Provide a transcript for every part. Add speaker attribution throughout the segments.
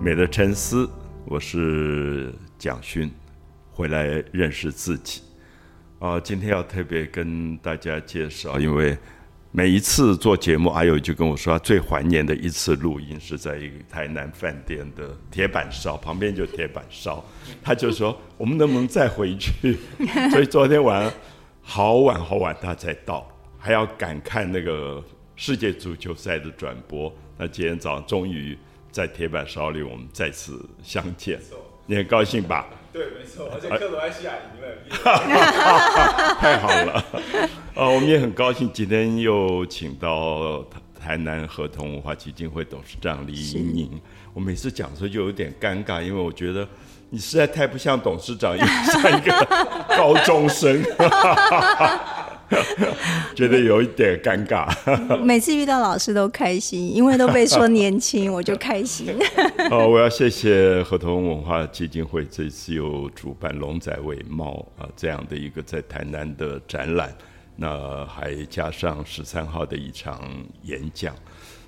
Speaker 1: 美的沉思，我是蒋勋，回来认识自己。啊、今天要特别跟大家介绍，因为每一次做节目，阿友就跟我说，他最怀念的一次录音是在一个台南饭店的铁板烧，旁边就铁板烧，他就说我们能不能再回去？ 所以昨天晚上好晚好晚他才到，还要赶看那个世界足球赛的转播。那今天早上终于在铁板烧里我们再次相见，你很高兴吧？
Speaker 2: 对，没错，而且克罗埃西亚赢了。
Speaker 1: 太好了，呃，我们也很高兴今天又请到台台南合同文化基金会董事长李莹莹。我每次讲的时候就有点尴尬，因为我觉得你实在太不像董事长，又像一个 高中生，觉得有一点尴尬。
Speaker 3: 每次遇到老师都开心，因为都被说年轻，我就开 心。
Speaker 1: 哦，我要谢谢合同文化基金会这次又主办“龙仔尾猫”啊这样的一个在台南的展览，那还加上十三号的一场演讲。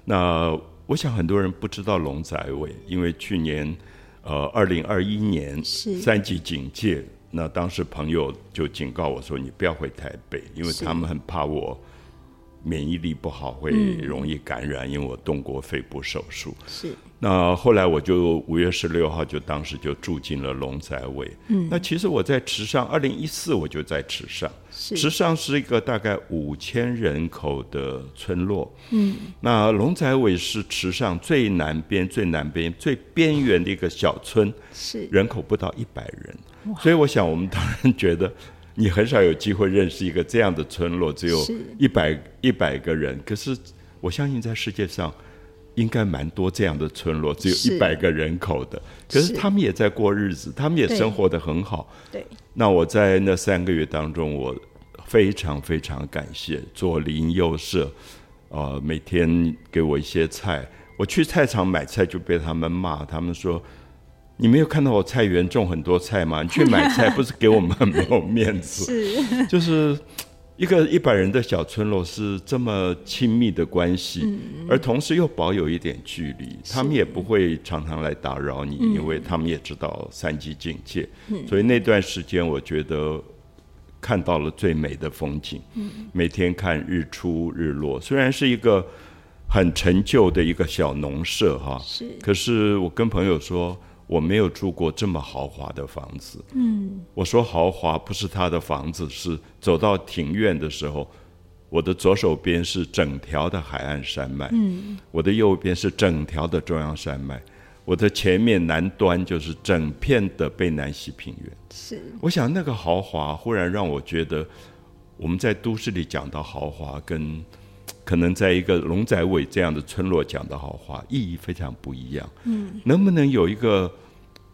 Speaker 1: 那我想很多人不知道龙仔尾，因为去年呃二零二一年
Speaker 3: 是
Speaker 1: 三级警戒，那当时朋友就警告我说你不要回台北，因为他们很怕我。免疫力不好会容易感染，因为我动过肺部手术。
Speaker 3: 是
Speaker 1: 那后来我就五月十六号就当时就住进了龙仔尾。嗯，那其实我在池上，二零一四我就在池上。池
Speaker 3: 是
Speaker 1: 上是一个大概五千人口的村落。嗯，那龙仔尾是池上最南边、最南边、最边缘的一个小村，
Speaker 3: 是，
Speaker 1: 人口不到一百人。所以我想，我们当然觉得你很少有机会认识一个这样的村落，只有
Speaker 3: 是
Speaker 1: 一百一百个人。可是我相信，在世界上应该蛮多这样的村落，只有
Speaker 3: 是
Speaker 1: 一百个人口的。可是
Speaker 3: 是
Speaker 1: 他们也在过日子，他们也
Speaker 3: 对
Speaker 1: 生活的很好。
Speaker 3: 对，
Speaker 1: 那我在那三个月当中，我非常非常感谢左邻右舍，呃，每天给我一些菜。我去菜场买菜就被他们骂，他们说：“你没有看到我菜园种很多菜吗？你去买菜不是给我们很没有面子？”
Speaker 3: 是
Speaker 1: 就是一个一百人的小村落是这么亲密的关系，而同时又保有一点距离，他们也不会常常来打扰你，因为他们也知道三级警戒，所以那段时间我觉得看到了最美的风景，每天看日出日落，虽然是一个很陈旧的一个小农舍哈，
Speaker 3: 是
Speaker 1: 可是我跟朋友说，我没有住过这么豪华的房子。嗯，我说豪华不是他的房子，是走到庭院的时候，我的左手边是整条的海岸山脉，嗯，我的右边是整条的中央山脉，我的前面南端就是整片的贝南西平原。
Speaker 3: 是
Speaker 1: 我想那个豪华忽然让我觉得，我们在都市里讲到豪华，跟可能在一个龙仔尾这样的村落讲的豪华，意义非常不一样。嗯，能不能有一个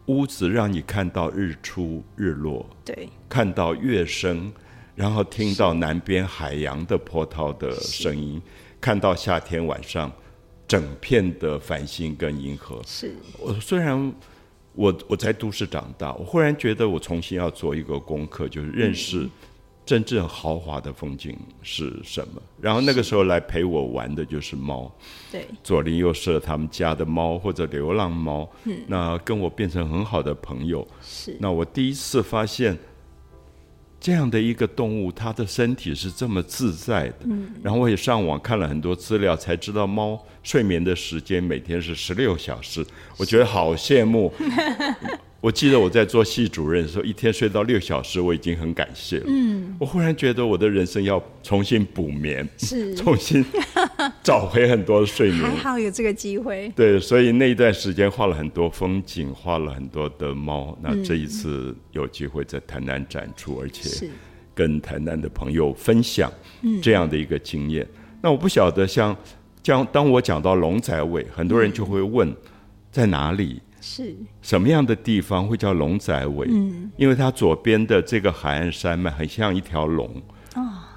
Speaker 1: 屋子让你看到日出日落，
Speaker 3: 对，
Speaker 1: 看到乐声，然后听到南边海洋的波涛的声音，看到夏天晚上整片的繁星跟银河，
Speaker 3: 是
Speaker 1: 我虽然我我在都市长大，我忽然觉得我重新要做一个功课，就是认识真正豪华的风景是什么。然后那个时候来陪我玩的就是猫，
Speaker 3: 对，
Speaker 1: 左邻右舍他们家的猫或者流浪猫，那跟我变成很好的朋友。
Speaker 3: 是
Speaker 1: 那我第一次发现，这样的一个动物，它的身体是这么自在的。
Speaker 3: 嗯
Speaker 1: 然后我也上网看了很多资料，才知道猫睡眠的时间每天是十六小时，我觉得好羡 慕。我记得我在做系主任的时候，一天睡到六小时，我已经很感谢了。嗯，我忽然觉得我的人生要重新补眠，
Speaker 3: 是，
Speaker 1: 重新 找回很多睡眠
Speaker 3: 还。好有这个机会，
Speaker 1: 对，所以那一段时间画了很多风景，画了很多的猫。那这一次有机会在台南展出，而且
Speaker 3: 是
Speaker 1: 跟台南的朋友分享这样的一个经验。那我不晓得像，像当我讲到龙仔尾，很多人就会问、在哪里，
Speaker 3: 是
Speaker 1: 什么样的地方会叫龙仔尾？因为它左边的这个海岸山脉很像一条龙。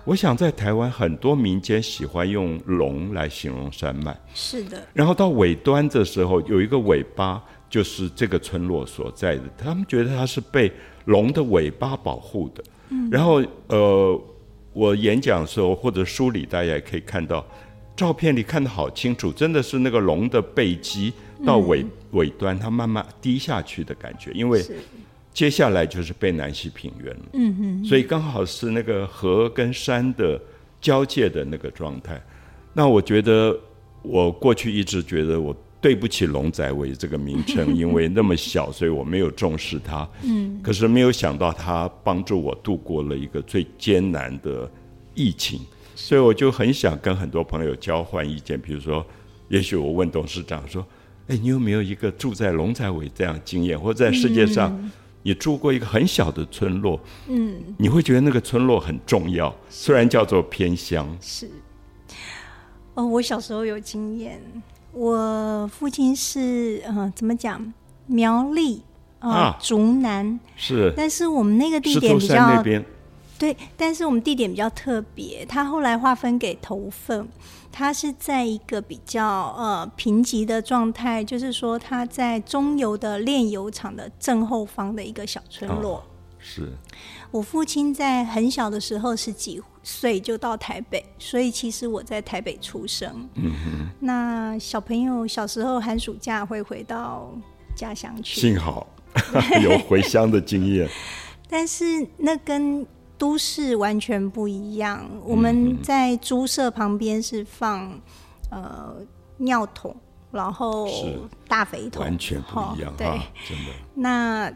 Speaker 1: 我想在台湾很多民间喜欢用龙来形容山脉。
Speaker 3: 是的，
Speaker 1: 然后到尾端的时候，有一个尾巴，就是这个村落所在的，他们觉得它是被龙的尾巴保护的。然后呃，我演讲的时候或者书里，大家也可以看到，照片里看得好清楚，真的是那个龙的背脊到尾、尾端它慢慢低下去的感觉，因为
Speaker 3: 是
Speaker 1: 接下来就是贝南西平原了。嗯嗯，所以刚好是那个河跟山的交界的那个状态。那我觉得，我过去一直觉得我对不起龙仔尾这个名 称，因为那么小，所以我没有重视它。嗯，可是没有想到它帮助我度过了一个最艰难的疫情，所以我就很想跟很多朋友交换意见，比如说，也许我问董事长说。哎，你有没有一个住在龙仔尾这样的经验，或者在世界上你住过一个很小的村落，嗯，你会觉得那个村落很重要，虽然叫做偏乡，
Speaker 3: 是。哦，我小时候有经验，我父亲是呃，怎么讲，苗栗呃
Speaker 1: 啊
Speaker 3: 竹南，
Speaker 1: 是
Speaker 3: 但是我们那个地
Speaker 1: 狮
Speaker 3: 点
Speaker 1: 头
Speaker 3: 比
Speaker 1: 山
Speaker 3: 较
Speaker 1: 那边
Speaker 3: 对，但是我们地点比较特别，它后来划分给头份，它是在一个比较呃贫瘠的状态，就是说它在中游的炼油厂的正后方的一个小村落。
Speaker 1: 是
Speaker 3: 我父亲在很小的时候十几岁就到台北，所以其实我在台北出生。嗯哼，那小朋友小时候寒暑假会回到家乡去，
Speaker 1: 幸 好有回乡的经验，
Speaker 3: 但是那跟都市完全不一样。我们在猪舍旁边是放呃尿桶，然后
Speaker 1: 是
Speaker 3: 大肥桶，
Speaker 1: 完全不一样
Speaker 3: 哦
Speaker 1: 哈、
Speaker 3: 对，
Speaker 1: 真的
Speaker 3: 那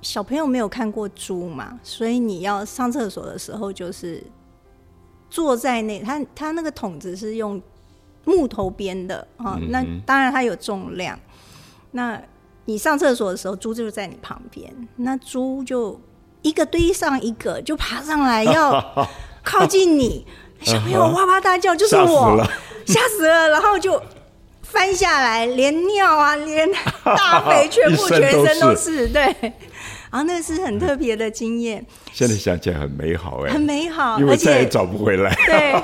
Speaker 3: 小朋友没有看过猪嘛，所以你要上厕所的时候就是坐在那，它它那个桶子是用木头编的
Speaker 1: 嗯
Speaker 3: 啊、那当然它有重量。那你上厕所的时候，猪就在你旁边，那猪就一个堆上一个，就爬上来要靠 近你，小朋友哇哇大叫，就是
Speaker 1: 吓死
Speaker 3: 我
Speaker 1: 了，
Speaker 3: 吓死了，然后就翻下来，连尿啊，连大肥全部
Speaker 1: 一身
Speaker 3: 全
Speaker 1: 都
Speaker 3: 身都
Speaker 1: 是
Speaker 3: 是，对。 然啊后那是很特别的经验，
Speaker 1: 现在想起来很美好哎、
Speaker 3: 很美好，
Speaker 1: 因
Speaker 3: 而
Speaker 1: 为再也
Speaker 3: 且
Speaker 1: 找不回来，
Speaker 3: 对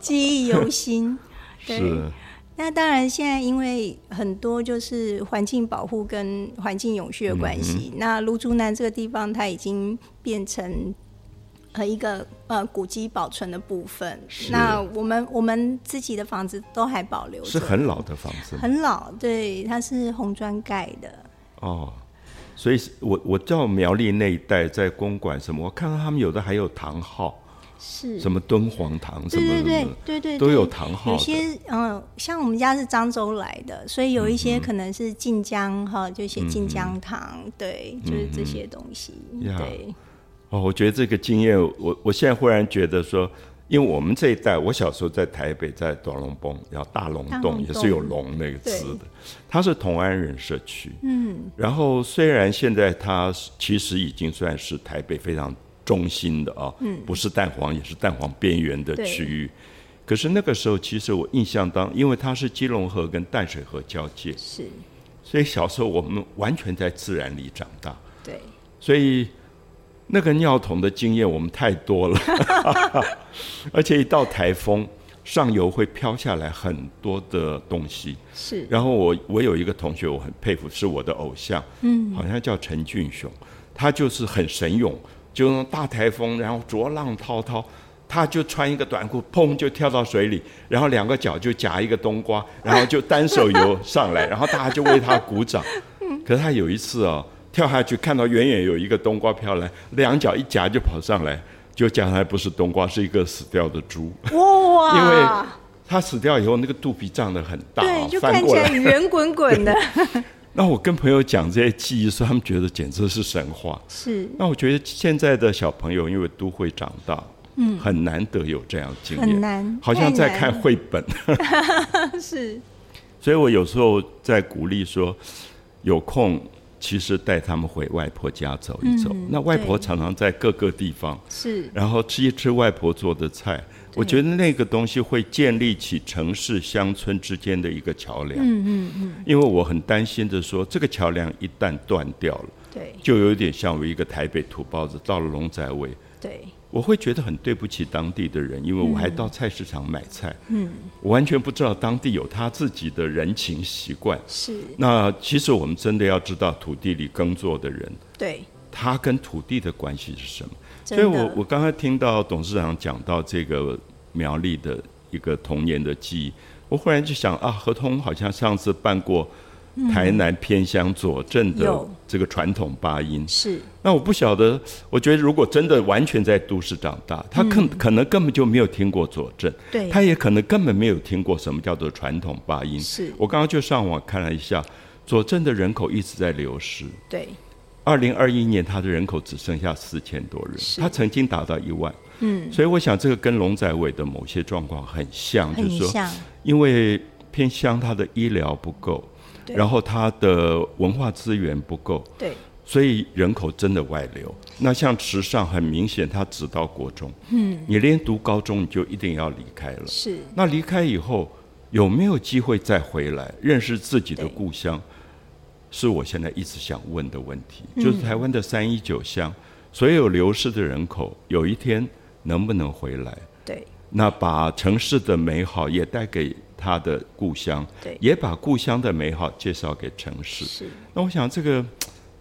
Speaker 3: 记忆犹新。 对，
Speaker 1: 是
Speaker 3: 那当然现在因为很多就是环境保护跟环境永续的关系，那芦竹南这个地方它已经变成呃一个呃古迹保存的部分。
Speaker 1: 是
Speaker 3: 那我们我们自己的房子都还保留着，
Speaker 1: 是很老的房子
Speaker 3: 很老，对，它是红砖盖的。
Speaker 1: 哦。所以我我到苗栗那一带，在公馆什么，我看到他们有的还有堂号，
Speaker 3: 是，
Speaker 1: 什么敦煌堂什么
Speaker 3: 对对
Speaker 1: 什
Speaker 3: 对
Speaker 1: 么的，
Speaker 3: 对对，
Speaker 1: 都
Speaker 3: 对
Speaker 1: 有堂号
Speaker 3: 有
Speaker 1: 的
Speaker 3: 些嗯、像我们家是漳州来的，所以有一
Speaker 1: 嗯
Speaker 3: 些可能是晋江哈、就写晋江堂，对，就是这些东西，
Speaker 1: 呀
Speaker 3: 对，
Speaker 1: 哦，我觉得这个经验，我我现在忽然觉得说，因为我们这一代，我小时候在台北，在短龙崩，然后大龙
Speaker 3: 大
Speaker 1: 洞
Speaker 3: 龙
Speaker 1: 也
Speaker 3: 洞
Speaker 1: 是有“龙”那个字的，它是同安人社区。嗯，然后虽然现在它是其实已经算是台北非常中心的啊，嗯，不是蛋黄，也是蛋黄边缘的
Speaker 3: 对
Speaker 1: 区域。可是那个时候，其实我印象当，因为它是基隆河跟淡水河交界，
Speaker 3: 是，
Speaker 1: 所以小时候我们完全在自然里长大。
Speaker 3: 对，
Speaker 1: 所以那个尿桶的经验我们太多了， 而且一到台风，上游会飘下来很多的东西。
Speaker 3: 是
Speaker 1: 然后我我有一个同学，我很佩服，是我的偶像，嗯，好像叫陈俊雄，他就是很神勇，就那种大台风，然后浊浪滔滔。他就穿一个短裤，砰就跳到水里，然后两个脚就夹一个冬瓜，然后就单手游上来，然 后大家就为他鼓掌。
Speaker 3: 嗯
Speaker 1: 可是他有一次哦，跳下去看到远远有一个冬瓜飘来，两脚一夹就跑上来，就夹上来不是冬瓜，是一个死掉的猪。因为
Speaker 3: 哇，
Speaker 1: 他死掉以后，那个肚皮胀得很大、
Speaker 3: 对，
Speaker 1: 哦，
Speaker 3: 就
Speaker 1: 翻
Speaker 3: 看
Speaker 1: 过
Speaker 3: 起
Speaker 1: 来
Speaker 3: 来圆滚 滚的，
Speaker 1: 那我跟朋友讲这些记忆的时候，他们觉得简直是神话。
Speaker 3: 是
Speaker 1: 那我觉得现在的小朋友因为都会长大，嗯，很难得有这样的经验，
Speaker 3: 很难
Speaker 1: 好像在
Speaker 3: 太难
Speaker 1: 看绘本。
Speaker 3: 是，
Speaker 1: 所以我有时候在鼓励说，有空其实带他们回外婆家走一走。
Speaker 3: 嗯
Speaker 1: 那外婆
Speaker 3: 对
Speaker 1: 常常在各个地方，
Speaker 3: 是
Speaker 1: 然后吃一吃外婆做的菜。我觉得那个东西会建立起城市乡村之间的一个桥梁。嗯嗯嗯。因为我很担心的说，这个桥梁一旦断掉了，
Speaker 3: 对
Speaker 1: 就有点像我一个台北土包子到了龙仔尾，
Speaker 3: 对
Speaker 1: 我会觉得很对不起当地的人，因为我还
Speaker 3: 嗯
Speaker 1: 到菜市场买菜，嗯，我完全不知道当地有他自己的人情习惯。
Speaker 3: 是，
Speaker 1: 那其实我们真的要知道土地里耕作的人，
Speaker 3: 对，
Speaker 1: 他跟土地的关系是什么。
Speaker 3: 真
Speaker 1: 所以
Speaker 3: 的
Speaker 1: 我我刚才听到董事长讲到这个苗栗的一个童年的记忆，我忽然就想啊，何通好像上次办过台南偏乡左镇的
Speaker 3: 嗯有
Speaker 1: 这个传统八音。
Speaker 3: 是
Speaker 1: 那我不晓得，我觉得如果真的完全在都市长大，他可、可能根本就没有听过左镇，
Speaker 3: 嗯对
Speaker 1: 他也可能根本没有听过什么叫做传统八音。
Speaker 3: 是，
Speaker 1: 我刚刚就上网看了一下，左镇的人口一直在流失。
Speaker 3: 对，
Speaker 1: 二零二一年，他的人口只剩下四千多人，
Speaker 3: 是
Speaker 1: 他曾经达到一万。
Speaker 3: 嗯，
Speaker 1: 所以我想，这个跟龙仔伟的某些状况很像，就
Speaker 3: 很
Speaker 1: 是说，
Speaker 3: 像，
Speaker 1: 因为偏乡他的医疗不够，
Speaker 3: 对
Speaker 1: 然后他的文化资源不够，
Speaker 3: 对，
Speaker 1: 所以人口真的外流。那像池上，很明显他只到国中，嗯，你连读高中你就一定要离开了。
Speaker 3: 是
Speaker 1: 那离开以后有没有机会再回来认识自己的
Speaker 3: 对
Speaker 1: 故乡，是我现在一直想问的问题。就是台湾的三一九乡，所有流失的人口，有一天能不能回来？
Speaker 3: 对，
Speaker 1: 那把城市的美好也带给他的故乡，
Speaker 3: 对
Speaker 1: 也把故乡的美好介绍给城市。
Speaker 3: 是，
Speaker 1: 那我想这个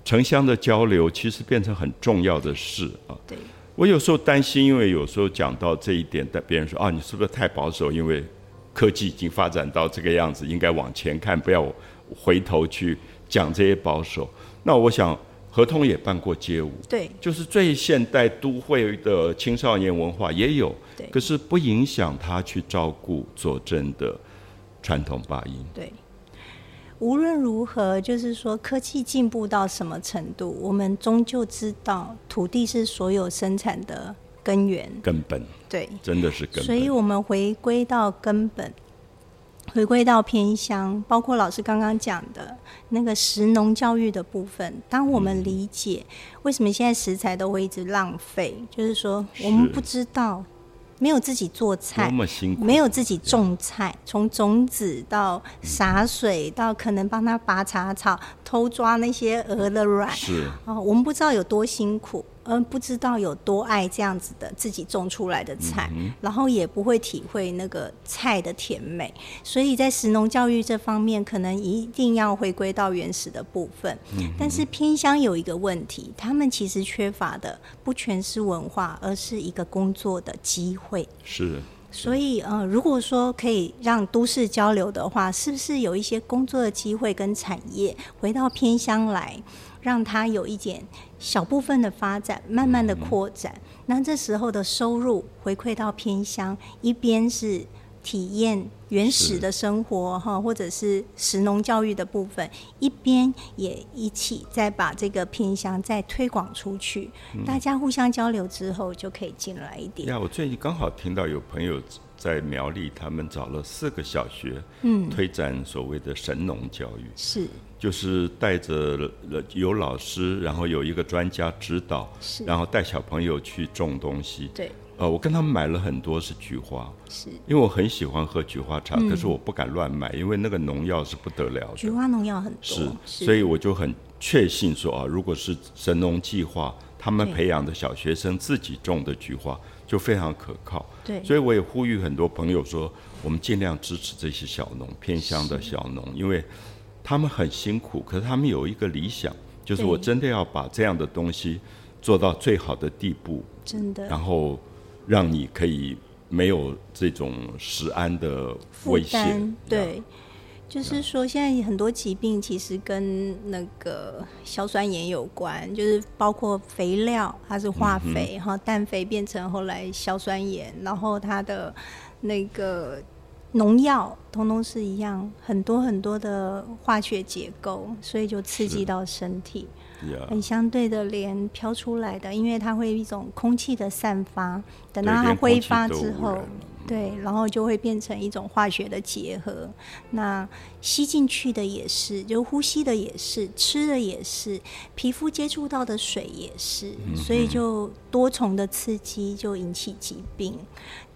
Speaker 1: 城乡的交流其实变成很重要的事啊。
Speaker 3: 对，
Speaker 1: 我有时候担心，因为有时候讲到这一点，但别人说啊，你是不是太保守？因为科技已经发展到这个样子，应该往前看，不要回头去讲这些保守。那我想，合同也办过街舞，
Speaker 3: 对，
Speaker 1: 就是最现代都会的青少年文化也有
Speaker 3: 对，
Speaker 1: 可是不影响他去照顾佐证的传统八音。
Speaker 3: 对。无论如何，就是说科技进步到什么程度，我们终究知道土地是所有生产的根源。
Speaker 1: 根本
Speaker 3: 对，
Speaker 1: 真的是根本，
Speaker 3: 所以我们回归到根本，回归到偏乡，包括老师刚刚讲的那个食农教育的部分。当我
Speaker 1: 嗯
Speaker 3: 们理解为什么现在食材都会一直浪费，就是说我们
Speaker 1: 是
Speaker 3: 不知道，没有自己做菜
Speaker 1: 多，么辛苦，啊
Speaker 3: 没有自己种菜，从种子到洒水，到可能帮他拔杂草、偷抓那些鹅的卵，
Speaker 1: 是
Speaker 3: 哦，我们不知道有多辛苦，嗯，不知道有多爱这样子的自己种出来的菜，然后也不会体会那个菜的甜美，所以在食农教育这方面，可能一定要回归到原始的部分。但是偏乡有一个问题，他们其实缺乏的不全是文化，而是一个工作的机会。
Speaker 1: 是
Speaker 3: 所以，呃，如果说可以让都市交流的话，是不是有一些工作的机会跟产业回到偏乡来，让它有一点小部分的发展，慢慢的扩展？那这时候的收入回馈到偏乡，一边是体验原始的生活哈，或者是食农教育的部分，一边也一起再把这个偏乡再推广出去，大家互相交流之后，就可以进来一点。
Speaker 1: 呀，我最近刚好听到有朋友在苗栗，他们找了四个小学，嗯，推展所谓的神农教育，
Speaker 3: 是
Speaker 1: 就是带着呃有老师，然后有一个专家指导，
Speaker 3: 是
Speaker 1: 然后带小朋友去种东西。
Speaker 3: 对。
Speaker 1: 呃，我跟他们买了很多是菊花，
Speaker 3: 是
Speaker 1: 因为我很喜欢喝菊花茶，可是我不敢乱买，因为那个农药是不得了的。
Speaker 3: 菊花农药很多，
Speaker 1: 是，所以我就很确信说啊，如果是神农计划，他们
Speaker 3: 对
Speaker 1: 培养的小学生自己种的菊花就非常可靠。
Speaker 3: 对
Speaker 1: 所以我也呼吁很多朋友说，我们尽量支持这些小农，偏乡的小农，因为他们很辛苦，可是他们有一个理想，就是
Speaker 3: 对
Speaker 1: 我真的要把这样的东西做到最好的地步，
Speaker 3: 真的
Speaker 1: 然后让你可以没有这种食安的
Speaker 3: 负
Speaker 1: 危险
Speaker 3: 担。对。就是说，现在很多疾病其实跟那个硝酸盐有关，就是包括肥料，它是化肥
Speaker 1: 嗯
Speaker 3: 哈，氮肥变成后来硝酸盐，然后它的那个农药，通通是一样，很多很多的化学结构，所以就刺激到身体。
Speaker 1: 呀
Speaker 3: 很相对的连飘出来的，因为它会有一种空气的散发，等到
Speaker 1: 对
Speaker 3: 它
Speaker 1: 连空
Speaker 3: 挥
Speaker 1: 气
Speaker 3: 发
Speaker 1: 都
Speaker 3: 之
Speaker 1: 污
Speaker 3: 后
Speaker 1: 染了，嗯
Speaker 3: 对，然后就会变成一种化学的结合。那吸进去的也是，就呼吸的也是，吃的也是，皮肤接触到的水也是，所以就多重的刺激就引起疾病。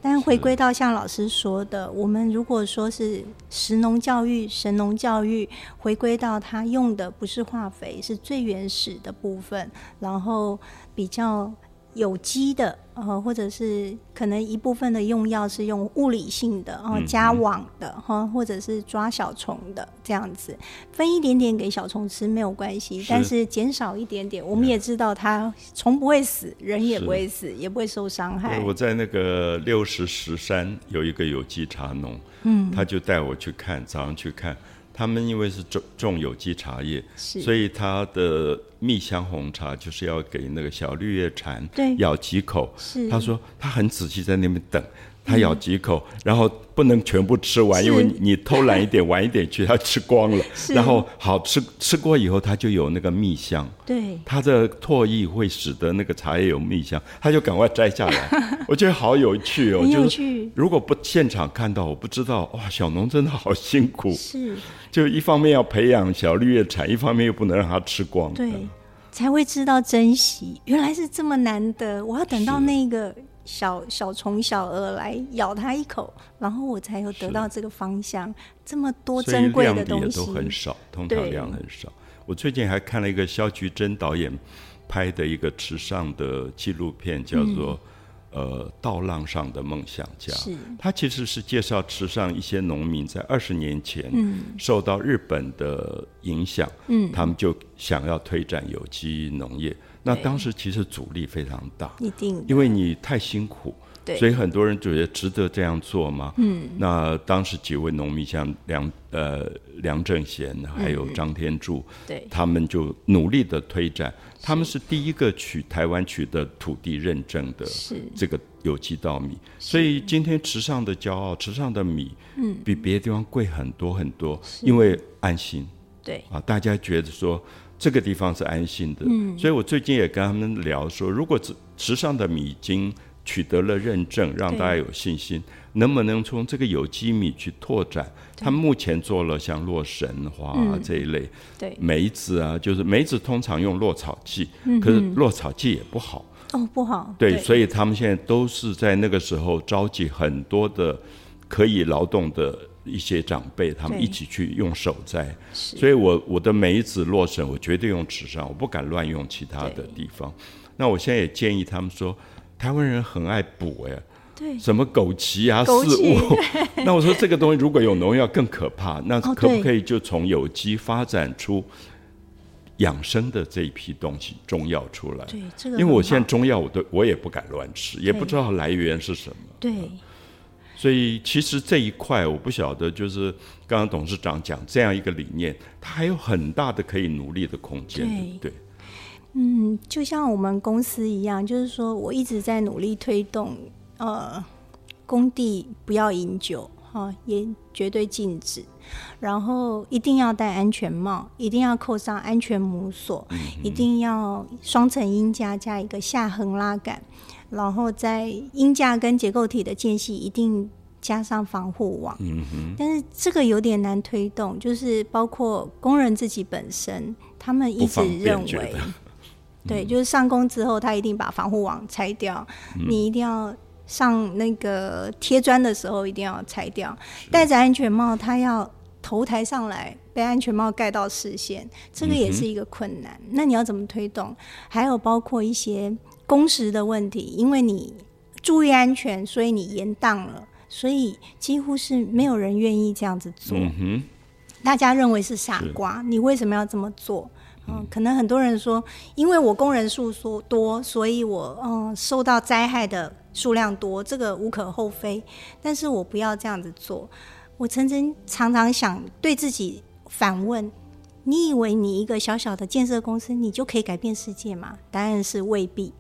Speaker 3: 但回归到像老师说的，我们如果说是食农教育、神农教育，回归到它用的不是化肥，是最原始的部分，然后比较有机的，呃，或者是可能一部分的用药是用物理性的，哦、加网的，哈、或者是抓小虫的这样子，分一点点给小虫吃没有关系，
Speaker 1: 是
Speaker 3: 但是减少一点点，我
Speaker 1: 啊
Speaker 3: 们也知道它虫不会死，人也不会死，也不会受伤害
Speaker 1: 对，。我在那个六十石山有一个有机茶农，嗯，他就带我去看，早上去看，他们因为是种种有机茶叶，
Speaker 3: 是，
Speaker 1: 所以它的蜜香红茶就是要给那个小绿叶蝉
Speaker 3: 对
Speaker 1: 咬几口。
Speaker 3: 是嗯
Speaker 1: 他说他很仔细在那边等，他咬几口，然后不能全部吃完，因为
Speaker 3: 是
Speaker 1: 你你偷懒一点，晚一点去，他吃光了。
Speaker 3: 是
Speaker 1: 然后好吃吃过以后，它就有那个蜜香。
Speaker 3: 对，
Speaker 1: 它的唾液会使得那个茶叶有蜜香，他就赶快摘下 来。我觉得好有趣哦，
Speaker 3: 很有
Speaker 1: 就是
Speaker 3: 趣，
Speaker 1: 如果不现场看到，我不知道哇，小农真的好辛苦，
Speaker 3: 是
Speaker 1: 就一方面要培养小绿叶蝉，一方面又不能让它吃光。嗯
Speaker 3: 对，才会知道珍惜，原来是这么难得，我要等到
Speaker 1: 是
Speaker 3: 那个小小虫小蛾来咬它一口，然后我才有得到这个芳香，这么多
Speaker 1: 所以
Speaker 3: 珍贵
Speaker 1: 量
Speaker 3: 的
Speaker 1: 底也
Speaker 3: 东西
Speaker 1: 都，很少，通常
Speaker 3: 对
Speaker 1: 量很少。我最近还看了一个肖菊珍导演拍的一个池上的纪录片，叫做、
Speaker 3: 嗯
Speaker 1: 呃《道浪上的梦想家》。
Speaker 3: 是
Speaker 1: 他其实是介绍池上一些农民在二十年前受到日本的影响，嗯，他们就想要推展有机农业。那当时其实阻力非常大，
Speaker 3: 一定
Speaker 1: 因为你太辛苦，
Speaker 3: 对
Speaker 1: 所以很多人觉得值得这样做吗？嗯，那当时几位农民像梁呃梁正贤还有张天柱，
Speaker 3: 对
Speaker 1: 他们就努力的推展，他们是第一个取台湾取得土地认证的
Speaker 3: 是
Speaker 1: 这个有机稻米，所以今天池上的骄傲，池上的米，嗯，比别的地方贵很多很多，因为安心，
Speaker 3: 对
Speaker 1: 啊，大家觉得说这个地方是安心的，所以我最近也跟他们聊说，如果池池上的米已经取得了认证，让
Speaker 3: 对
Speaker 1: 大家有信心，能不能从这个有机米去拓展？他们目前做了像洛神花、啊这一类
Speaker 3: 对
Speaker 1: 梅子啊，就是梅子通常用落草剂，可是落草剂也不好，
Speaker 3: 哦不好，
Speaker 1: 对，所以他们现在都是在那个时候召集很多的可以劳动的一些长辈，他们
Speaker 3: 对
Speaker 1: 一起去用手摘。
Speaker 3: 是
Speaker 1: 所以我我的梅子洛神，我绝对用池上，我不敢乱用其他的
Speaker 3: 对
Speaker 1: 地方。那我现在也建议他们说，台湾人很爱补哎、
Speaker 3: 对
Speaker 1: 什么枸杞啊、
Speaker 3: 嗯枸
Speaker 1: 四物
Speaker 3: 杞。
Speaker 1: 那我说这个东西如果有农药更可怕，那
Speaker 3: 哦
Speaker 1: 可不
Speaker 3: 对
Speaker 1: 可以就从有机发展出养生的这一批东西中药出来？
Speaker 3: 对这个
Speaker 1: 因为我
Speaker 3: 很
Speaker 1: 现在
Speaker 3: 好
Speaker 1: 中药我都我也不敢乱吃，也不知道来源是什么，
Speaker 3: 对
Speaker 1: 所以其实这一块我不晓得，就是刚刚董事长讲这样一个理念，它还有很大的可以努力的空间，对不对？
Speaker 3: 嗯，就像我们公司一样，就是说我一直在努力推动，呃，工地不要饮酒，哈、也绝对禁止，然后一定要戴安全帽，一定要扣上安全母锁，
Speaker 1: 嗯
Speaker 3: 一定要双层鹰架加一个下横拉杆，然后在鹰架跟结构体的间隙一定加上防护网。
Speaker 1: 嗯哼，
Speaker 3: 但是这个有点难推动，就是包括工人自己本身，他们
Speaker 1: 不
Speaker 3: 一直
Speaker 1: 方便
Speaker 3: 认
Speaker 1: 觉
Speaker 3: 为
Speaker 1: 得， 嗯
Speaker 3: 对，就是上工之后，他一定把防护网拆掉，你一定要上那个贴砖的时候一定要拆掉，戴着安全帽，他要头抬上来，被安全帽盖到视线，这个也是一个困难。那你要怎么推动？还有包括一些工时的问题，因为你注意安全，所以你延宕了，所以几乎是没有人愿意这样子做。
Speaker 1: 嗯哼，
Speaker 3: 大家认为是傻瓜，你为什么要这么做？嗯，可能很多人说，因为我工人数说多，所以我嗯受到灾害的数量多，这个无可厚非。但是我不要这样子做。我曾经常常想对自己反问：你以为你一个小小的建设公司，你就可以改变世界吗？答案是未必。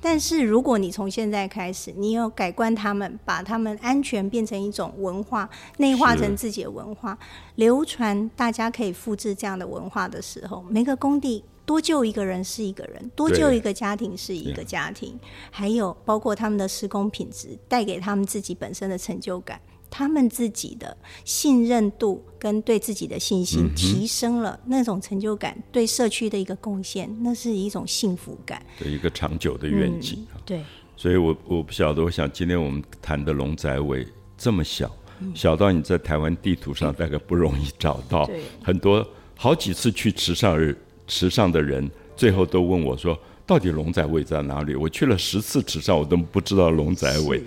Speaker 3: 但是如果你从现在开始，你有改观他们，把他们安全变成一种文化，内化
Speaker 1: 是
Speaker 3: 成自己的文化，流传大家可以复制这样的文化的时候，每个工地多救一个人是一个人，多
Speaker 1: 对
Speaker 3: 救一个家庭是一
Speaker 1: 啊
Speaker 3: 个家庭，还有包括他们的施工品质，带给他们自己本身的成就感。他们自己的信任度跟对自己的信
Speaker 1: 嗯
Speaker 3: 心提升了，那种成就感对社区的一个贡献，那是一种幸福感。
Speaker 1: 的一个长久的愿景啊。
Speaker 3: 对，
Speaker 1: 所以我我不晓得，我想今天我们谈的龙仔尾这么小，
Speaker 3: 嗯
Speaker 1: 小到你在台湾地图上大概不容易找到
Speaker 3: 对，
Speaker 1: 很多好几次去池上日池上的人，最后都问我说，到底龙仔尾在哪里？我去了十次池上，我都不知道龙仔尾。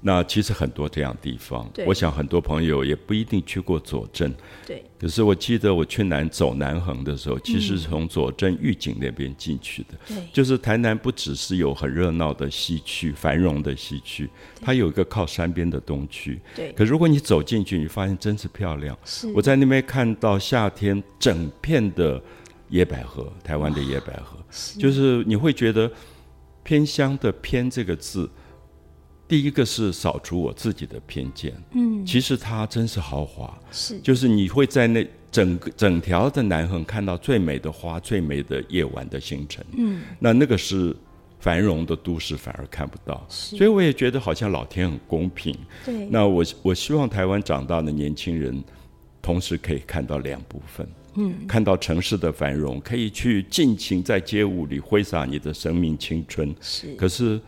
Speaker 1: 那其实很多这样地方
Speaker 3: 对，
Speaker 1: 我想很多朋友也不一定去过左镇，
Speaker 3: 对，
Speaker 1: 可是我记得我去南走南横的时候，其
Speaker 3: 嗯
Speaker 1: 实是从左镇御景那边进去的。
Speaker 3: 对
Speaker 1: 就是台南不只是有很热闹的西区、繁荣的西区，它有一个靠山边的东区。
Speaker 3: 对
Speaker 1: 可如果你走进去，你发现真是漂亮。
Speaker 3: 是
Speaker 1: 我在那边看到夏天整片的野百合，台湾的野百合，嗯就是你会觉得“偏乡”的“偏”这个字，第一个是扫除我自己的偏见。嗯，其实它真是豪华。
Speaker 3: 是
Speaker 1: 就是你会在那整个整条的南横看到最美的花、最美的夜晚的星辰。嗯，那那个是繁荣的都市反而看不到，所以我也觉得好像老天很公平。
Speaker 3: 对
Speaker 1: 那我我希望台湾长大的年轻人，同时可以看到两部分，嗯，看到城市的繁荣，可以去尽情在街舞里挥洒你的生命青春，
Speaker 3: 是
Speaker 1: 可是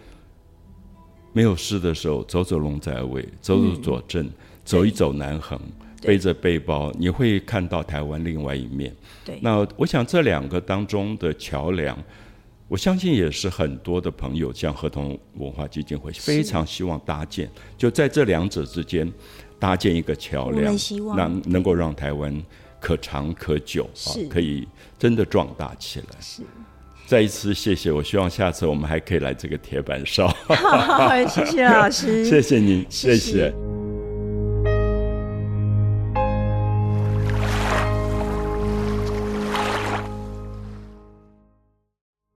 Speaker 1: 没有事的时候，走走龙仔尾，走走左镇，走一走南横，
Speaker 3: 嗯对
Speaker 1: 背着背包，你会看到台湾另外一面。
Speaker 3: 对
Speaker 1: 那我想这两个当中的桥梁，我相信也是很多的朋友，像合同文化基金会非常希望搭建，就在这两者之间搭建一个桥
Speaker 3: 我
Speaker 1: 梁
Speaker 3: 们希，望
Speaker 1: 能能够让台湾可长可久啊
Speaker 3: 是，
Speaker 1: 可以真的壮大起来。
Speaker 3: 是，
Speaker 1: 再一次谢谢，我希望下次我们还可以来这个铁板烧，
Speaker 3: 好，谢谢老 师，
Speaker 1: 谢谢您，
Speaker 3: 谢谢
Speaker 1: 谢谢